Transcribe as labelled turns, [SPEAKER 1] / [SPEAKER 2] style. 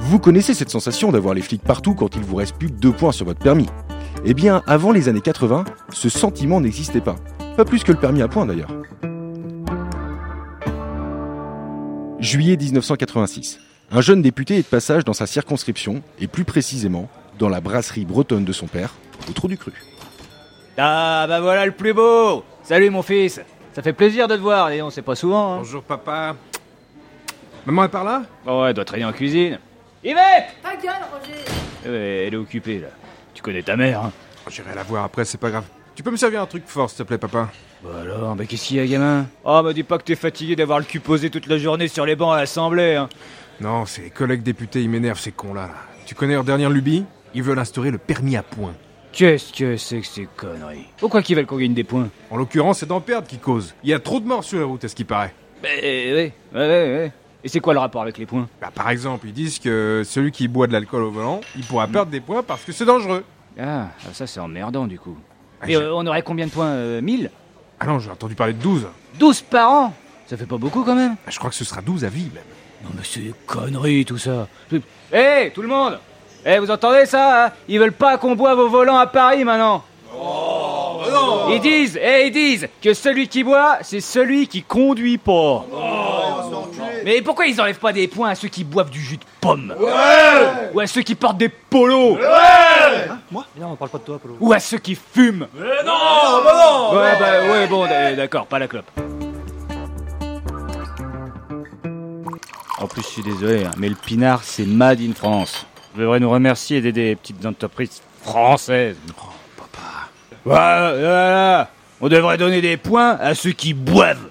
[SPEAKER 1] Vous connaissez cette sensation d'avoir les flics partout quand il vous reste plus que deux points sur votre permis Eh bien, avant les années 80, ce sentiment n'existait pas. Pas plus que le permis à points d'ailleurs. Juillet 1986. Un jeune député est de passage dans sa circonscription, et plus précisément, dans la brasserie bretonne de son père, au Trou du Cru.
[SPEAKER 2] Ah bah voilà le plus beau Salut mon fils Ça fait plaisir de te voir, et on sait pas souvent. hein.
[SPEAKER 3] Bonjour papa. Maman est par là
[SPEAKER 2] Oh, elle doit traîner en cuisine. Yvette
[SPEAKER 4] Ta gueule, Roger
[SPEAKER 2] Ouais, Elle est occupée là. Tu connais ta mère, hein
[SPEAKER 3] Oh, J'irai la voir après, c'est pas grave. Tu peux me servir un truc fort, s'il te plaît, papa
[SPEAKER 2] Bah alors, bah qu'est-ce qu'il y a, gamin Oh, bah dis pas que t'es fatigué d'avoir le cul posé toute la journée sur les bancs à l'Assemblée, hein
[SPEAKER 3] Non, ces collègues députés, ils m'énervent, ces cons-là. là. Tu connais leur dernière lubie Ils veulent instaurer le permis à points.
[SPEAKER 2] Qu'est-ce que c'est que ces conneries Pourquoi qu'ils veulent qu'on gagne des points
[SPEAKER 3] En l'occurrence, c'est d'en perdre qui cause. Il y a trop de morts sur la route, à ce qui paraît.
[SPEAKER 2] Bah ouais, ouais, ouais, ouais. Et c'est quoi le rapport avec les points
[SPEAKER 3] Bah, par exemple, ils disent que celui qui boit de l'alcool au volant, il pourra perdre des points parce que c'est dangereux.
[SPEAKER 2] Ah, ah, ça c'est emmerdant du coup.
[SPEAKER 3] Ah,
[SPEAKER 2] Et
[SPEAKER 3] j'ai-
[SPEAKER 2] euh, on aurait combien de points euh, 1000
[SPEAKER 3] Ah non, j'ai entendu parler de 12.
[SPEAKER 2] 12 par an Ça fait pas beaucoup quand même
[SPEAKER 3] Ah, Je crois que ce sera 12 à vie, même.
[SPEAKER 2] Non mais c'est des conneries tout ça. Hé, tout le monde Eh, vous entendez ça hein Ils veulent pas qu'on boive au volant à Paris maintenant. ils disent, eh, ils disent que celui qui boit, c'est celui qui conduit pas. mais pourquoi ils enlèvent pas des points à ceux qui boivent du jus de pomme Ou à ceux qui portent des polos
[SPEAKER 5] Non, on parle pas de toi, Polo.
[SPEAKER 2] Ou à ceux qui fument Hein? Mais non, Ouais, bah, ouais, bon, d- d'accord, pas la clope. En plus, je suis désolé, hein, mais le pinard, c'est made in France. Je devrais nous remercier d'aider les petites entreprises françaises. Oh, papa. Voilà, voilà, on devrait donner des points à ceux qui boivent.